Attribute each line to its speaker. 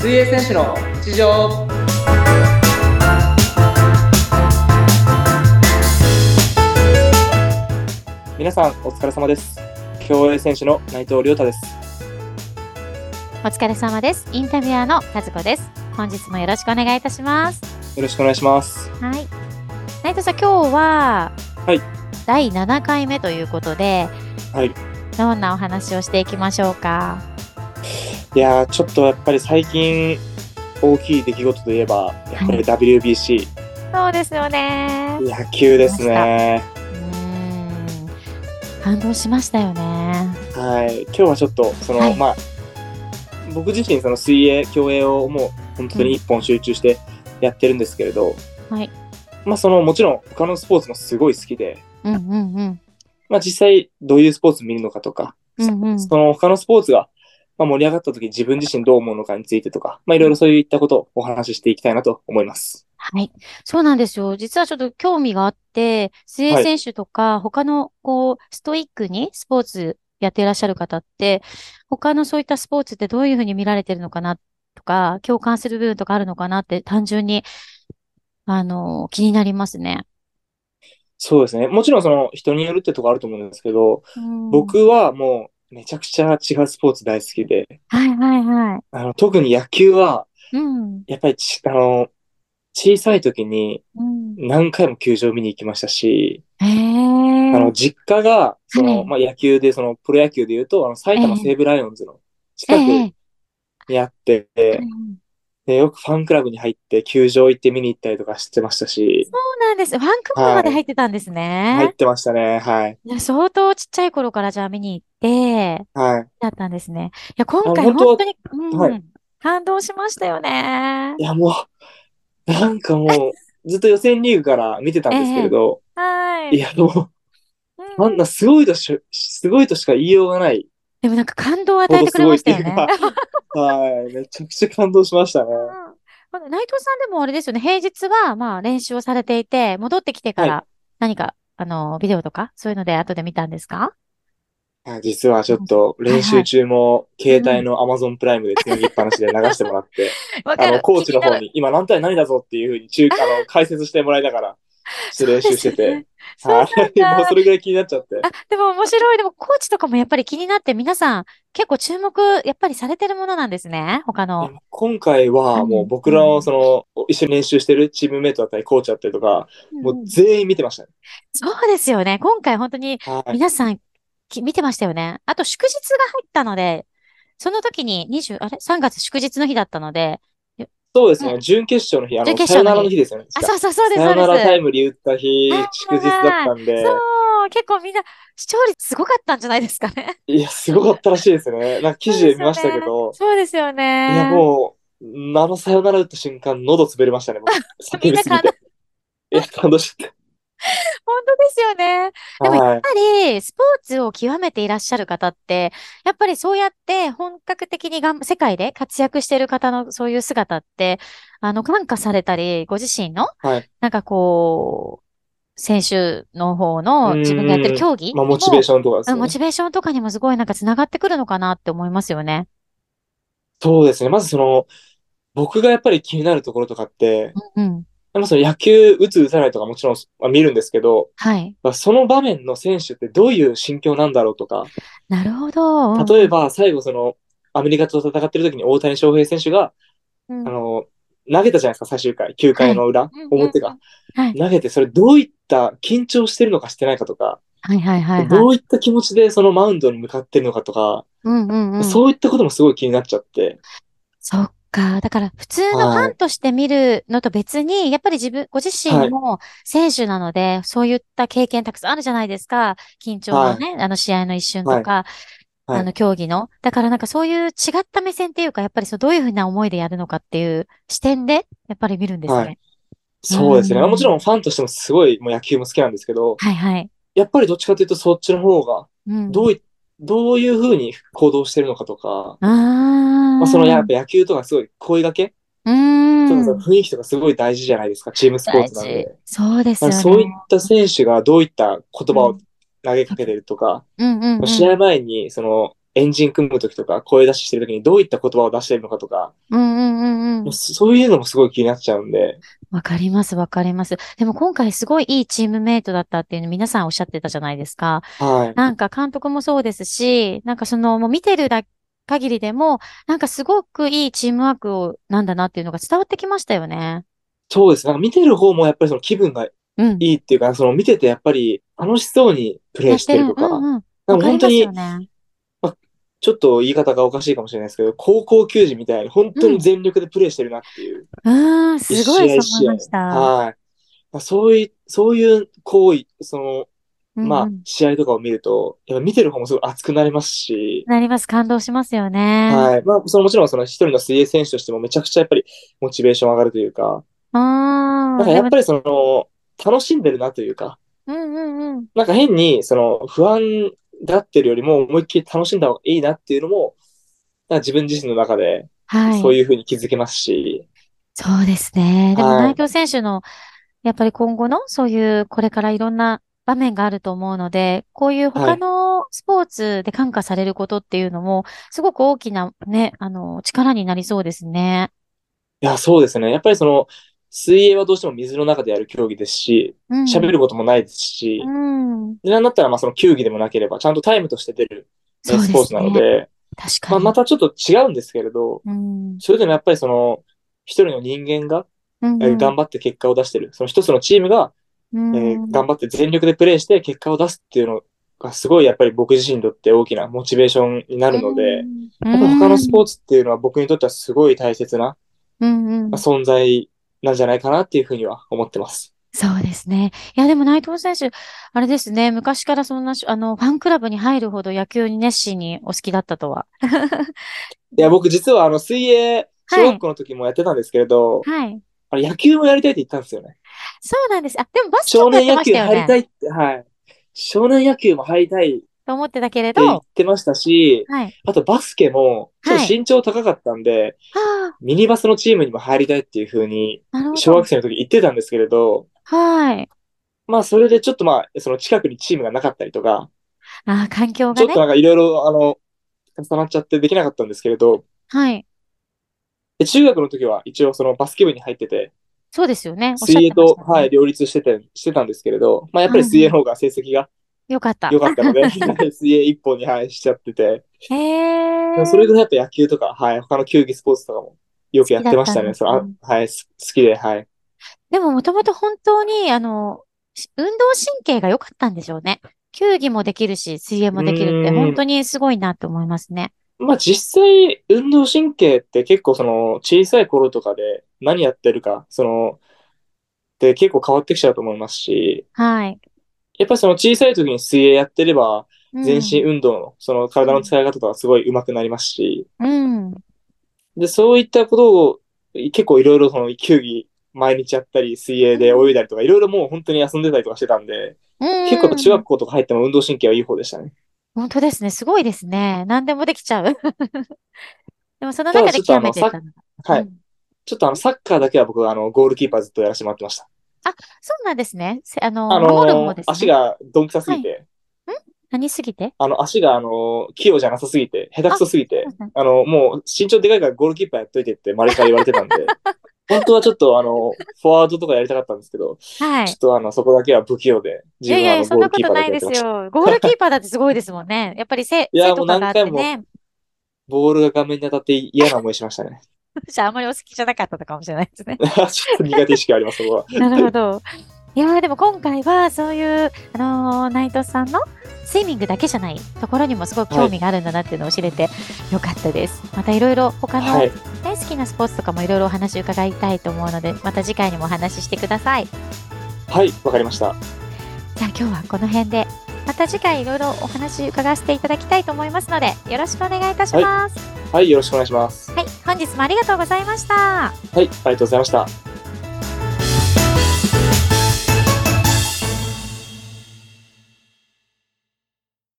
Speaker 1: 選手の日常皆さんお疲れ様です競泳選手の内藤亮太です
Speaker 2: お疲れ様です。インタビュアーの和子です。本日もよろしくお願いいたします。
Speaker 1: よろしくお願いします
Speaker 2: はい。内藤さん、今日は、
Speaker 1: はい
Speaker 2: 第7回目ということで、
Speaker 1: はい
Speaker 2: どんなお話をしていきましょうか。
Speaker 1: いやーちょっとやっぱり最近大きい出来事といえばやっぱり WBC、
Speaker 2: そうですよね。う
Speaker 1: 野球ですね
Speaker 2: ーん。感動しましたよね。
Speaker 1: はい今日はちょっとその、
Speaker 2: はい
Speaker 1: まあ僕自身その水泳競泳をもう本当に一本集中してやってるんですけれど、
Speaker 2: はい
Speaker 1: まあそのもちろん他のスポーツもすごい好きで、
Speaker 2: うんうんうん。
Speaker 1: まあ、実際どういうスポーツ見るのかとか、
Speaker 2: うんうん
Speaker 1: その他のスポーツが、まあ、盛り上がった時自分自身どう思うのかについてとか、まあ、いろいろそういったことをお話ししていきたいなと思います。
Speaker 2: はい。そうなんですよ。実はちょっと興味があって、水
Speaker 1: は
Speaker 2: 泳
Speaker 1: い
Speaker 2: 選手とか、他の、こう、ストイックにスポーツやっていらっしゃる方って、他のそういったスポーツってどういうふうに見られてるのかなとか、共感する部分とかあるのかなって、単純に、あの、気になりますね。
Speaker 1: そうですね。もちろんその人によるってとこあると思うんですけど、
Speaker 2: うん
Speaker 1: 僕はもうめちゃくちゃ違うスポーツ大好きで、
Speaker 2: はいはいは
Speaker 1: あの特に野球は、
Speaker 2: い。うん。
Speaker 1: やっぱりち、あの、小さい時に
Speaker 2: うん。
Speaker 1: 何回も球場見に行きましたし、
Speaker 2: へえ。
Speaker 1: あの、実家が、その、
Speaker 2: はい
Speaker 1: まあ、野球で、その、プロ野球で言うと、あの、埼玉西武ライオンズの
Speaker 2: え
Speaker 1: 近くにあって、
Speaker 2: うん
Speaker 1: で、よくファンクラブに入って、球場行って見に行ったりとかしてましたし、
Speaker 2: そうなんです。ファンクラブまで入ってたんです
Speaker 1: 入
Speaker 2: ね
Speaker 1: っ。てましたね。はい。
Speaker 2: いや相当ちっちゃい頃からじゃあ見に行って、
Speaker 1: はい。
Speaker 2: だったんですね。いや、今回
Speaker 1: 本当は
Speaker 2: 本当に、うん、
Speaker 1: はい
Speaker 2: 感動しましたよね
Speaker 1: い。や、もう、なんかもう、ずっと予選リーグから見てたんですけれど、
Speaker 2: はい。
Speaker 1: いや、もう、
Speaker 2: う
Speaker 1: なんんだ、すごいとし、すごいとしか言いようがない
Speaker 2: でもなんか感動を
Speaker 1: ほ
Speaker 2: 与え
Speaker 1: ど
Speaker 2: てく
Speaker 1: す
Speaker 2: れ
Speaker 1: ご
Speaker 2: ま
Speaker 1: いっ
Speaker 2: してた
Speaker 1: い
Speaker 2: よ
Speaker 1: う
Speaker 2: ね
Speaker 1: か。、はい。めちゃくちゃ感動しましたね。
Speaker 2: うん内藤さんでもあれですよね、平日はまあ練習をされていて、戻ってきてか
Speaker 1: は
Speaker 2: ら何か、あの、ビデオとか、そういうので後で見たんですか
Speaker 1: はい実はちょっと練習中も携帯の Amazon プライムでつなぎっぱなしで流してもらって、
Speaker 2: わ
Speaker 1: あ
Speaker 2: か
Speaker 1: の、
Speaker 2: る。
Speaker 1: コーチの
Speaker 2: 気に
Speaker 1: 方
Speaker 2: なる。
Speaker 1: に、今何対何だぞっていうふうに中、あの、解説してもらいながら、ちょっと練習してて、
Speaker 2: そう
Speaker 1: は
Speaker 2: なん
Speaker 1: い。
Speaker 2: だ
Speaker 1: もうそれぐらい気になっちゃって。
Speaker 2: あ、でも面白い。でもコーチとかもやっぱり気になって、皆さん結構注目、やっぱりされてるものなんですね、他の。
Speaker 1: でも今回はもう僕ら
Speaker 2: う
Speaker 1: の
Speaker 2: ん
Speaker 1: その、一緒に練習してるチームメイトだったり、コーチだったりとか、も
Speaker 2: うんう
Speaker 1: うん全員見てましたね。
Speaker 2: そうですよね。今回本当に
Speaker 1: はい。
Speaker 2: 皆さんき見てましたよね。あと祝日が入ったので、その時に20、あれ ?3 月祝日の日だったので、
Speaker 1: そうですね。準決勝の日、あ
Speaker 2: 準
Speaker 1: の、
Speaker 2: 決
Speaker 1: サヨナラ
Speaker 2: 勝の日
Speaker 1: の日ですよね。
Speaker 2: あ、
Speaker 1: 確
Speaker 2: そ
Speaker 1: か
Speaker 2: うそうそうです、
Speaker 1: サ
Speaker 2: そう
Speaker 1: ヨナラタ
Speaker 2: で
Speaker 1: イムリー打った日、
Speaker 2: あー
Speaker 1: 祝日だったん
Speaker 2: す。
Speaker 1: で、
Speaker 2: そう、結構みんな視聴率すごかったんじゃないですかね。
Speaker 1: いや、すごかったらしいですね。なんか記事で見ましたけど、
Speaker 2: そうですよ
Speaker 1: い
Speaker 2: ね。
Speaker 1: や、もう、あのサヨナラ打った瞬間、喉滑りましたね、僕。 叫びすぎて。いや、感動しちゃっ
Speaker 2: 本当ですよね。
Speaker 1: た。
Speaker 2: でも
Speaker 1: はい。
Speaker 2: やっぱりスポーツを極めていらっしゃる方って、やっぱりそうやって本格的にがん世界で活躍している方のそういう姿って、あの、感化されたり、ご自身の、
Speaker 1: はい
Speaker 2: なんかこう、選手の方
Speaker 1: う
Speaker 2: の
Speaker 1: ん
Speaker 2: 自分がやってる競技
Speaker 1: まあ、
Speaker 2: にも
Speaker 1: モチベーションとかです
Speaker 2: う
Speaker 1: よ
Speaker 2: ん
Speaker 1: ね。
Speaker 2: モチベーションとかにもすごいなんかつながってくるのかなって思いますよね。
Speaker 1: そうですね。まずその、僕がやっぱり気になるところとかって、
Speaker 2: うんうん。
Speaker 1: でもその野球打つ打たないとかもちろんまあ見るんですけど、
Speaker 2: はい。
Speaker 1: まあその場面の選手ってどういう心境なんだろうとか、
Speaker 2: なるほど。うん
Speaker 1: 例えば最後その、アメリカと戦ってる時に大谷翔平選手が、
Speaker 2: うん
Speaker 1: あの、投げたじゃないですか、最終回、9回の裏、表が。。
Speaker 2: はい。
Speaker 1: 投げて、それどういった緊張してるのかしてないかとか、
Speaker 2: はいはいはいはい。
Speaker 1: どういった気持ちでそのマウンドに向かってるのかとか、
Speaker 2: うんうんうん。
Speaker 1: そういったこともすごい気になっちゃって、
Speaker 2: そっか。だから、普通のフ
Speaker 1: はい
Speaker 2: ァンとして見るのと別に、やっぱり自分、ご自身も選手なので、そういった経験たくさんあるじゃないですか。緊張のね、あの試合の一瞬とか、
Speaker 1: はいはい
Speaker 2: あの競技の。だからなんかそういう違った目線っていうか、やっぱりそうどういうふうな思いでやるのかっていう視点で、やっぱり見るんです
Speaker 1: は
Speaker 2: ね。
Speaker 1: そうですね。
Speaker 2: うん
Speaker 1: もちろんファンとしてもすごいもう野球も好きなんですけど、
Speaker 2: はいはい。
Speaker 1: やっぱりどっちかというとそっちの方が、
Speaker 2: うん。
Speaker 1: どうい、どういうふうに行動してるのかとか、
Speaker 2: あ
Speaker 1: ま
Speaker 2: あ
Speaker 1: あ、そのやっぱ野球とかすごい声掛け
Speaker 2: うん。
Speaker 1: とかその雰囲気とかすごい大事じゃないですか、チームスポーツなん
Speaker 2: 大
Speaker 1: で。
Speaker 2: そうです
Speaker 1: だ
Speaker 2: よ
Speaker 1: から
Speaker 2: ね。
Speaker 1: そういった選手がどういった言葉
Speaker 2: う
Speaker 1: を
Speaker 2: ん
Speaker 1: 投げかけてるとか、
Speaker 2: うんうんうん。
Speaker 1: 試合前にそのエンジン組むときとか、声出ししてるときにどういった言葉を出してるのかとか、
Speaker 2: うんうんうんう
Speaker 1: も
Speaker 2: ん
Speaker 1: う。そそういうのもすごい気になっちゃうんで、
Speaker 2: わかります、わかります。でも今回すごいいいチームメイトだったっていうの皆さんおっしゃってたじゃないですか。
Speaker 1: はい。
Speaker 2: なんか監督もそうですし、なんかそのもう見てるだ限りでも、なんかすごくいいチームワークをなんだなっていうのが伝わってきましたよね。
Speaker 1: そうです。なんか見てる方もやっぱりその気分がい
Speaker 2: うん。
Speaker 1: いっていうか、その見ててやっぱり楽しそうにプレ
Speaker 2: や
Speaker 1: イ
Speaker 2: っ
Speaker 1: して
Speaker 2: て
Speaker 1: る
Speaker 2: る。
Speaker 1: と
Speaker 2: う
Speaker 1: か、
Speaker 2: んう
Speaker 1: な
Speaker 2: ん。わ
Speaker 1: んか
Speaker 2: か
Speaker 1: 本
Speaker 2: りま
Speaker 1: 当
Speaker 2: す
Speaker 1: に
Speaker 2: よね。
Speaker 1: ちょっと言い方がおかしいかもしれないですけど、高校球児みたいに本当に全力でプレイしてるなっていう。
Speaker 2: うーん、すごい
Speaker 1: 一
Speaker 2: そう思いました。
Speaker 1: はい。まあそういう、そういう行為、その、
Speaker 2: うんうん
Speaker 1: まあ、試合とかを見ると、やっぱ見てる方もすごい熱くなりますし、
Speaker 2: なります。感動しますよね。
Speaker 1: はい。まあ、そのもちろんその一人の水泳選手としてもめちゃくちゃやっぱりモチベーション上がるというか、
Speaker 2: うーん。
Speaker 1: なんかやっ
Speaker 2: で
Speaker 1: ぱりその、楽しんでるなというか、
Speaker 2: もうんうんうん。
Speaker 1: なんか変にその不安がってるよりも思いっきり楽しんだ方がいいなっていうのも、なんか自分自身の中で
Speaker 2: はい。
Speaker 1: そういうふうに気づけますし、
Speaker 2: そうですね。でも
Speaker 1: はい
Speaker 2: 内藤選手の、やっぱり今後の、そういう、これからいろんな場面があると思うので、こういう他のスポーツで感化されることっていうのも、すごく大きなね、あの、力になりそうですね。
Speaker 1: いや、そうですね。やっぱりその、水泳はどうしても水の中でやる競技ですし、
Speaker 2: うん。
Speaker 1: 喋ることもないですし
Speaker 2: う、ん。
Speaker 1: でなんだったらまあその球技でもなければ、ちゃんとタイムとして出る
Speaker 2: そう
Speaker 1: ね
Speaker 2: です
Speaker 1: スポーツなの
Speaker 2: ね。
Speaker 1: で、
Speaker 2: 確か
Speaker 1: まあ、
Speaker 2: に。
Speaker 1: またちょっと違うんですけれど、
Speaker 2: うん。
Speaker 1: それでもやっぱりその、一人の人間が
Speaker 2: うん
Speaker 1: え
Speaker 2: う
Speaker 1: ー
Speaker 2: ん。
Speaker 1: 頑張って結果を出してる、その一つのチームがえー
Speaker 2: うん
Speaker 1: 頑張って全力でプレーして結果を出すっていうのがすごいやっぱり僕自身にとって大きなモチベーションになるので、、やっぱ他のスポー
Speaker 2: ツ、
Speaker 1: ツっていうのは僕にとってはすごい大切な
Speaker 2: うんうん
Speaker 1: まあ存在なんじゃないかなっていうふうには思ってます。
Speaker 2: そうですね。いや、でも内藤選手、あれですね、昔からそんなし、あの、ファンクラブに入るほど野球に熱心にお好きだったとは。
Speaker 1: いや、僕実はあの、水泳、小学校の時もやってたんですけれど、
Speaker 2: はい。
Speaker 1: あの野球もやりたいって言ったんですよね。
Speaker 2: そうなんです。あ、でもバスケ
Speaker 1: 少
Speaker 2: もやっ
Speaker 1: 年
Speaker 2: て
Speaker 1: 野
Speaker 2: ま
Speaker 1: 球入
Speaker 2: したよ
Speaker 1: り
Speaker 2: ね。
Speaker 1: たいって、はい。少年野球も入りたいって
Speaker 2: と思ってたけれ
Speaker 1: 言っ
Speaker 2: ど、
Speaker 1: てましたし、
Speaker 2: はい。
Speaker 1: あとバスケも、ちょっ
Speaker 2: はい
Speaker 1: と身長高かったんで、
Speaker 2: は
Speaker 1: ミニバスのチームにも入りたいっていう風に、
Speaker 2: あ、なるほ
Speaker 1: 小
Speaker 2: ど。
Speaker 1: 学生の時言ってたんですけれど、
Speaker 2: はい。
Speaker 1: まあそれでちょっとまあ、その近くにチームがなかったりとか、
Speaker 2: あー、環境
Speaker 1: ち
Speaker 2: が
Speaker 1: ょっ
Speaker 2: ね
Speaker 1: と。なんかいろいろあの、重なっちゃってできなかったんですけれど、
Speaker 2: はい。
Speaker 1: で中学の時は一応そのバスケ部に入ってて、
Speaker 2: そうですよね。おっしゃっ
Speaker 1: 水泳
Speaker 2: てま
Speaker 1: と、
Speaker 2: したね
Speaker 1: はい、。両立してて、してたんですけれど、まあ、やっぱり水泳の方が成績が
Speaker 2: よかった。
Speaker 1: 良かったの で、 水泳一本に、はい、しちゃってて、
Speaker 2: へえ。
Speaker 1: それぐらいやっぱ野球とか、はい、他の球技スポーツとかもよくやってましたね。
Speaker 2: 好き
Speaker 1: そ
Speaker 2: だった
Speaker 1: の
Speaker 2: んですね
Speaker 1: あはい、す好きで、はい。
Speaker 2: でももともと本当に、あの、し運動神経が良かったんでしょうね。球技もできるし、水泳もできるって、
Speaker 1: うーん
Speaker 2: 本当にすごいなと思いますね。
Speaker 1: まあ、実際、運動神経って結構その、小さい頃とかで何やってるか、その、で結構変わってきちゃうと思いますし、
Speaker 2: はい。
Speaker 1: やっぱりその小さい時に水泳やってれば、
Speaker 2: うん
Speaker 1: 全身運動の、その体の使い方とかすごい上手くなりますし、
Speaker 2: うん。
Speaker 1: で、そういったことを、結構いろいろその球技、毎日やったり、水泳で泳いだりとか、いろいろもう本当に遊んでたりとかしてたんで、結構やっぱ中
Speaker 2: うん
Speaker 1: 学校とか入っても運動神経はいい方でしたね。
Speaker 2: 本当ですね。すごいですね。何でもできちゃう。 でもその
Speaker 1: ただ
Speaker 2: 中で
Speaker 1: ちょっとあ
Speaker 2: 極め
Speaker 1: の
Speaker 2: てたのが。
Speaker 1: は
Speaker 2: う
Speaker 1: い。
Speaker 2: ん
Speaker 1: ちょっとあの、サッカーだけは僕はあの、ゴールキーパーずっとやらせてもらってました。
Speaker 2: そうなんですね。せあの、
Speaker 1: あ
Speaker 2: 守る方
Speaker 1: の
Speaker 2: で、すね。
Speaker 1: 足がどんくさすぎて、
Speaker 2: 何すぎて
Speaker 1: あの、足があの、器用じゃなさすぎて、下手くそすぎて、あの、もう身長でかいからゴールキーパーやっといてって周りから言われてたんで、 本当はちょっとあの、フォワードとかやりたかったんですけど、
Speaker 2: はい。
Speaker 1: ちょっとあの、そこだけは不器用で、
Speaker 2: い
Speaker 1: 自
Speaker 2: やい
Speaker 1: 分はあ
Speaker 2: やいや、
Speaker 1: の、
Speaker 2: そん
Speaker 1: ゴー
Speaker 2: な
Speaker 1: ル
Speaker 2: こ
Speaker 1: キー
Speaker 2: と
Speaker 1: パーだ
Speaker 2: な
Speaker 1: け
Speaker 2: い
Speaker 1: やってま
Speaker 2: です
Speaker 1: した。
Speaker 2: よ。ゴールキーパーだってすごいですもんね。やっぱり背、
Speaker 1: いや
Speaker 2: 背とかがあってね。
Speaker 1: ボールが画面に当たって嫌な思いしましたね。
Speaker 2: じゃああんまりお好きじゃなかったのかもしれないですね。
Speaker 1: ちょっと苦手意識があります、そこは。
Speaker 2: なるほど。いやーでも今回はそういう、あのー内藤さんのスイミングだけじゃないところにもすごく興味があるんだなっていうのを知れてよかったです。またいろいろ他の、
Speaker 1: はい。
Speaker 2: 大好きなスポーツとかもいろいろお話伺いたいと思うのでまた次回にもお話ししてください
Speaker 1: はい、わかりました。
Speaker 2: じゃあ今日はこの辺でまた次回いろいろお話伺わせていただきたいと思いますのでよろしくお願いいたします
Speaker 1: はい、よろしくお願いします。
Speaker 2: はい、本日もありがとうございました
Speaker 1: はい、ありがとうございました。